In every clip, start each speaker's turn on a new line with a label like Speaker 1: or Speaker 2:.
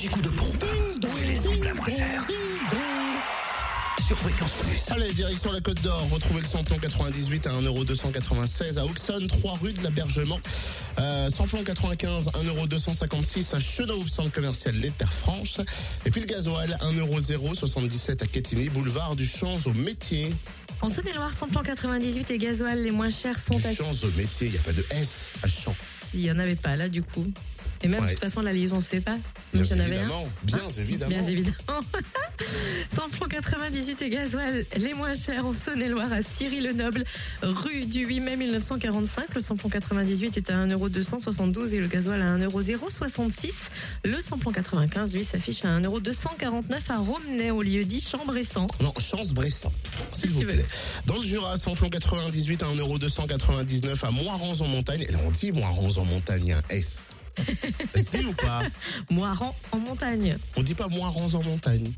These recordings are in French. Speaker 1: du coup de pompe. Où est l'essence la moins chère Sur Fréquence Plus.
Speaker 2: Allez, direction la Côte d'Or. Retrouvez le samplon 98 à 1,296€ à Auxonne, 3 rue de l'Abergement. Euh, samplon 95, 1,256€ à Chenauve, centre commercial Les Terres Franches. Et puis le gasoil, 1,077€ à Quetigny, boulevard du Champs au Métier.
Speaker 3: En Saône-et-Loire, samplon 98 et gasoil les moins chers sont
Speaker 2: Du
Speaker 3: à
Speaker 2: Champs au Métier, il n'y a pas de S à Champs.
Speaker 3: Il n'y en avait pas là du coup. Et même
Speaker 2: Ouais.
Speaker 3: de toute façon la liaison se fait pas.
Speaker 2: Bien
Speaker 3: Donc il y en avait un. Ah,
Speaker 2: évidemment, bien évidemment.
Speaker 3: Bien évidemment. Samplon 98 et gasoil les moins chers en Saône-et-Loire à Cyril-le-Noble, rue du 8 mai 1945. Le samplon 98 est à 1,272€ et le gasoil à 1,066€. Le samplon 95, lui, s'affiche à 1,249€ à Romney, au lieu dit Chambressan.
Speaker 2: Non, chance Bressan, s'il
Speaker 3: Si
Speaker 2: vous
Speaker 3: tu veux.
Speaker 2: plaît. Dans le Jura, samplon 98 à 1,299€ à Moirans en montagne. Et là, on dit Moirans en montagne, il y a un S. Ça se dit ou pas
Speaker 3: Moiran en montagne.
Speaker 2: On dit pas Moirans en montagne.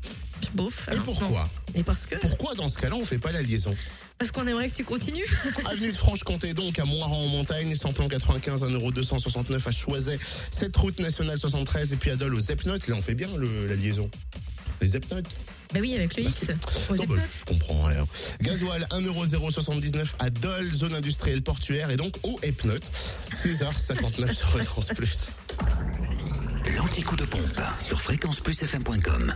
Speaker 3: Bof.
Speaker 2: Et
Speaker 3: alors, non.
Speaker 2: pourquoi
Speaker 3: Et parce que
Speaker 2: Pourquoi dans ce cas-là on fait pas la liaison
Speaker 3: Parce qu'on aimerait que tu continues.
Speaker 2: Avenue de Franche-Comté donc à Moirans en montagne, samplon 95 1,269€ à Choiset, cette route nationale 73 et puis à Dole aux Epnotes. Là on fait bien le- la liaison. Les Epnotes
Speaker 3: Bah oui, avec le X. Aux
Speaker 2: Non, bah,
Speaker 3: époques.
Speaker 2: je comprends rien. Gasoil 1,079€ à Dole, zone industrielle portuaire et donc au Epnot. 6h59 sur France Plus.
Speaker 1: L'anti-coup de pompe sur fréquenceplusfm.com.